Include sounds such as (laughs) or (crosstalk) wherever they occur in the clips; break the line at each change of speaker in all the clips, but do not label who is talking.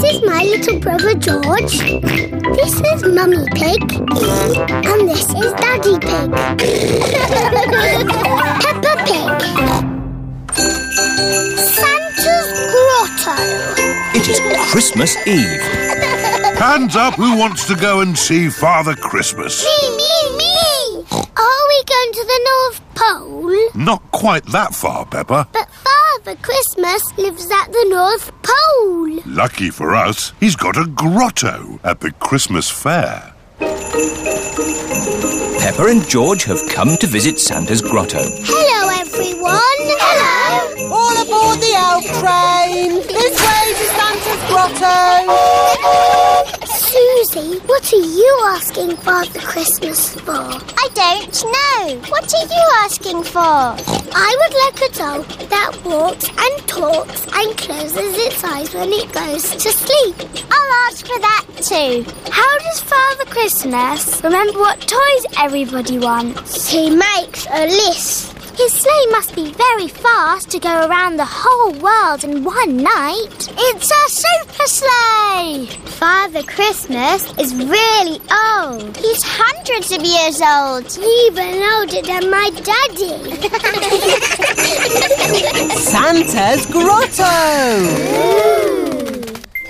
little brother George. This is Mummy Pig. And this is Daddy Pig. (laughs) Peppa Pig. Santa's grotto. (laughs)
It is Christmas Eve.
Hands up, who wants to go and see Father Christmas?
Me, me, me. Are we going to the North Pole?
Not quite that far, Pepper.
But Father Christmas lives at the North Pole.
Lucky for us, he's got a grotto at the Christmas fair.
Pepper and George have come to visit Santa's grotto.
Hello, everyone. Hello.
All aboard the elf train! This way to Santa's grotto!
Susie, what are you asking Father Christmas for? I don't know. What are you asking for? I would like a doll that walks and talks and closes its eyes when it goes to sleep. I'll ask for that too. How does Father Christmas remember what toys everybody wants? He makes a list. His sleigh must be very fast to go around the whole world in one night. It's a super sleigh! Father Christmas is really old. He's hundreds of years old. Even older than my daddy.
Santa's grotto!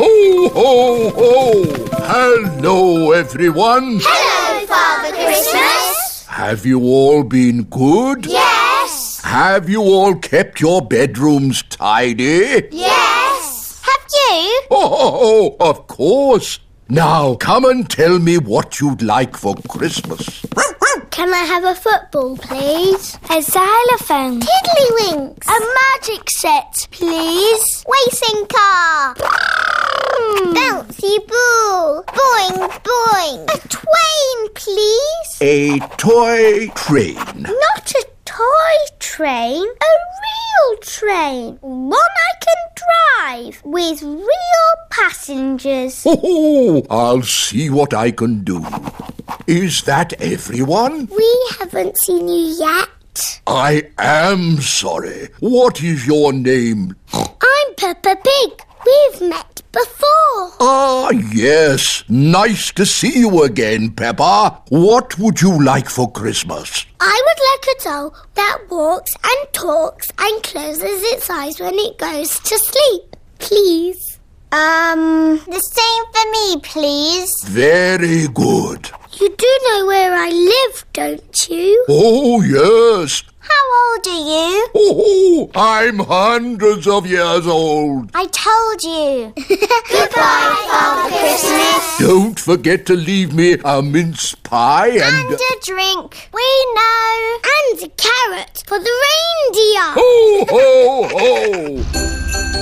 Ho, ho, ho! Hello, everyone!
Hello, Father Christmas!
Have you all been good?
Yes!
Have you all kept your bedrooms tidy?
Yes! Have you?
Ho, ho, ho! Of course! Now, come and tell me what you'd like for Christmas.
Can I have a football, please? A xylophone. Tiddlywinks. A magic set, please. Racing car. Bouncy ball. Boing, boing. A twain, please.
A toy train.
Not a toy train, a real train. One I can drive with real passengers.
Ho, ho! I'll see what I can do. Is that everyone?
We haven't seen you yet.
I am sorry. What is your name?
I'm Peppa Pig. We've met before.
Ah, yes. Nice to see you again, Peppa. What would you like for Christmas?
I would like a doll that walks and talks and closes its eyes when it goes to sleep. Please. Um, the same for me, please.
Very good.
You do know where I live, don't you?
Oh, yes.
How old are you?
Oh, I'm hundreds of years old.
I told you. (laughs) Goodbye, Father Christmas.
Don't forget to leave me a mince pie and.
a drink. We know. And a carrot for the reindeer.
Ho, Oh, ho, ho!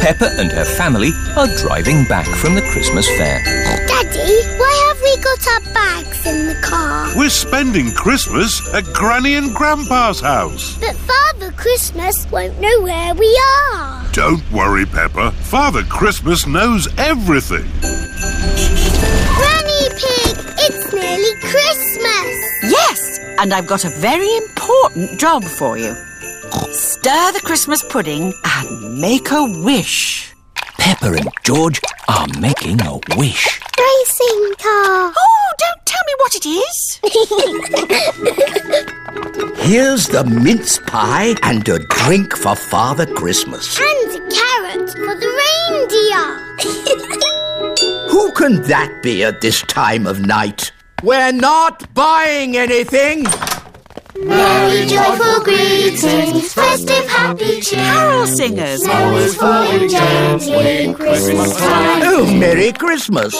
Pepper and her family are driving back from the Christmas fair.
Daddy, why have we got our bags in the car?
We're spending Christmas at Granny and Grandpa's house.
But Father Christmas won't know where we are.
Don't worry, Pepper. Father Christmas knows everything.
Granny Pig, it's nearly Christmas.
Yes, and I've got a very important job for you. Stir the Christmas pudding and make a wish.
Pepper and George are making a wish.
Racing car.
Oh, don't tell me what it is.
Here's the mince pie and a drink for Father Christmas.
And a carrot for the (laughs) reindeer.
Who can that be at this time of night? We're not buying anything.
Merry joyful greetings, festive happy cheer.
Carol singers.
Falling gently, Christmas time.
Oh, Merry Christmas.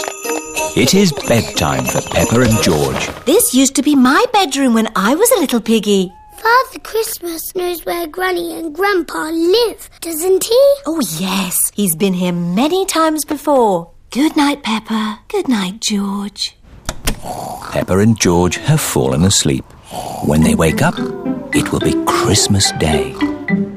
It is bedtime for Pepper and George.
This used to be my bedroom when I was a little piggy.
Father Christmas knows where Granny and Grandpa live, doesn't he?
Oh, yes, he's been here many times before. Good night, Pepper. Good night, George.
Pepper and George have fallen asleep. When they wake up, it will be Christmas Day.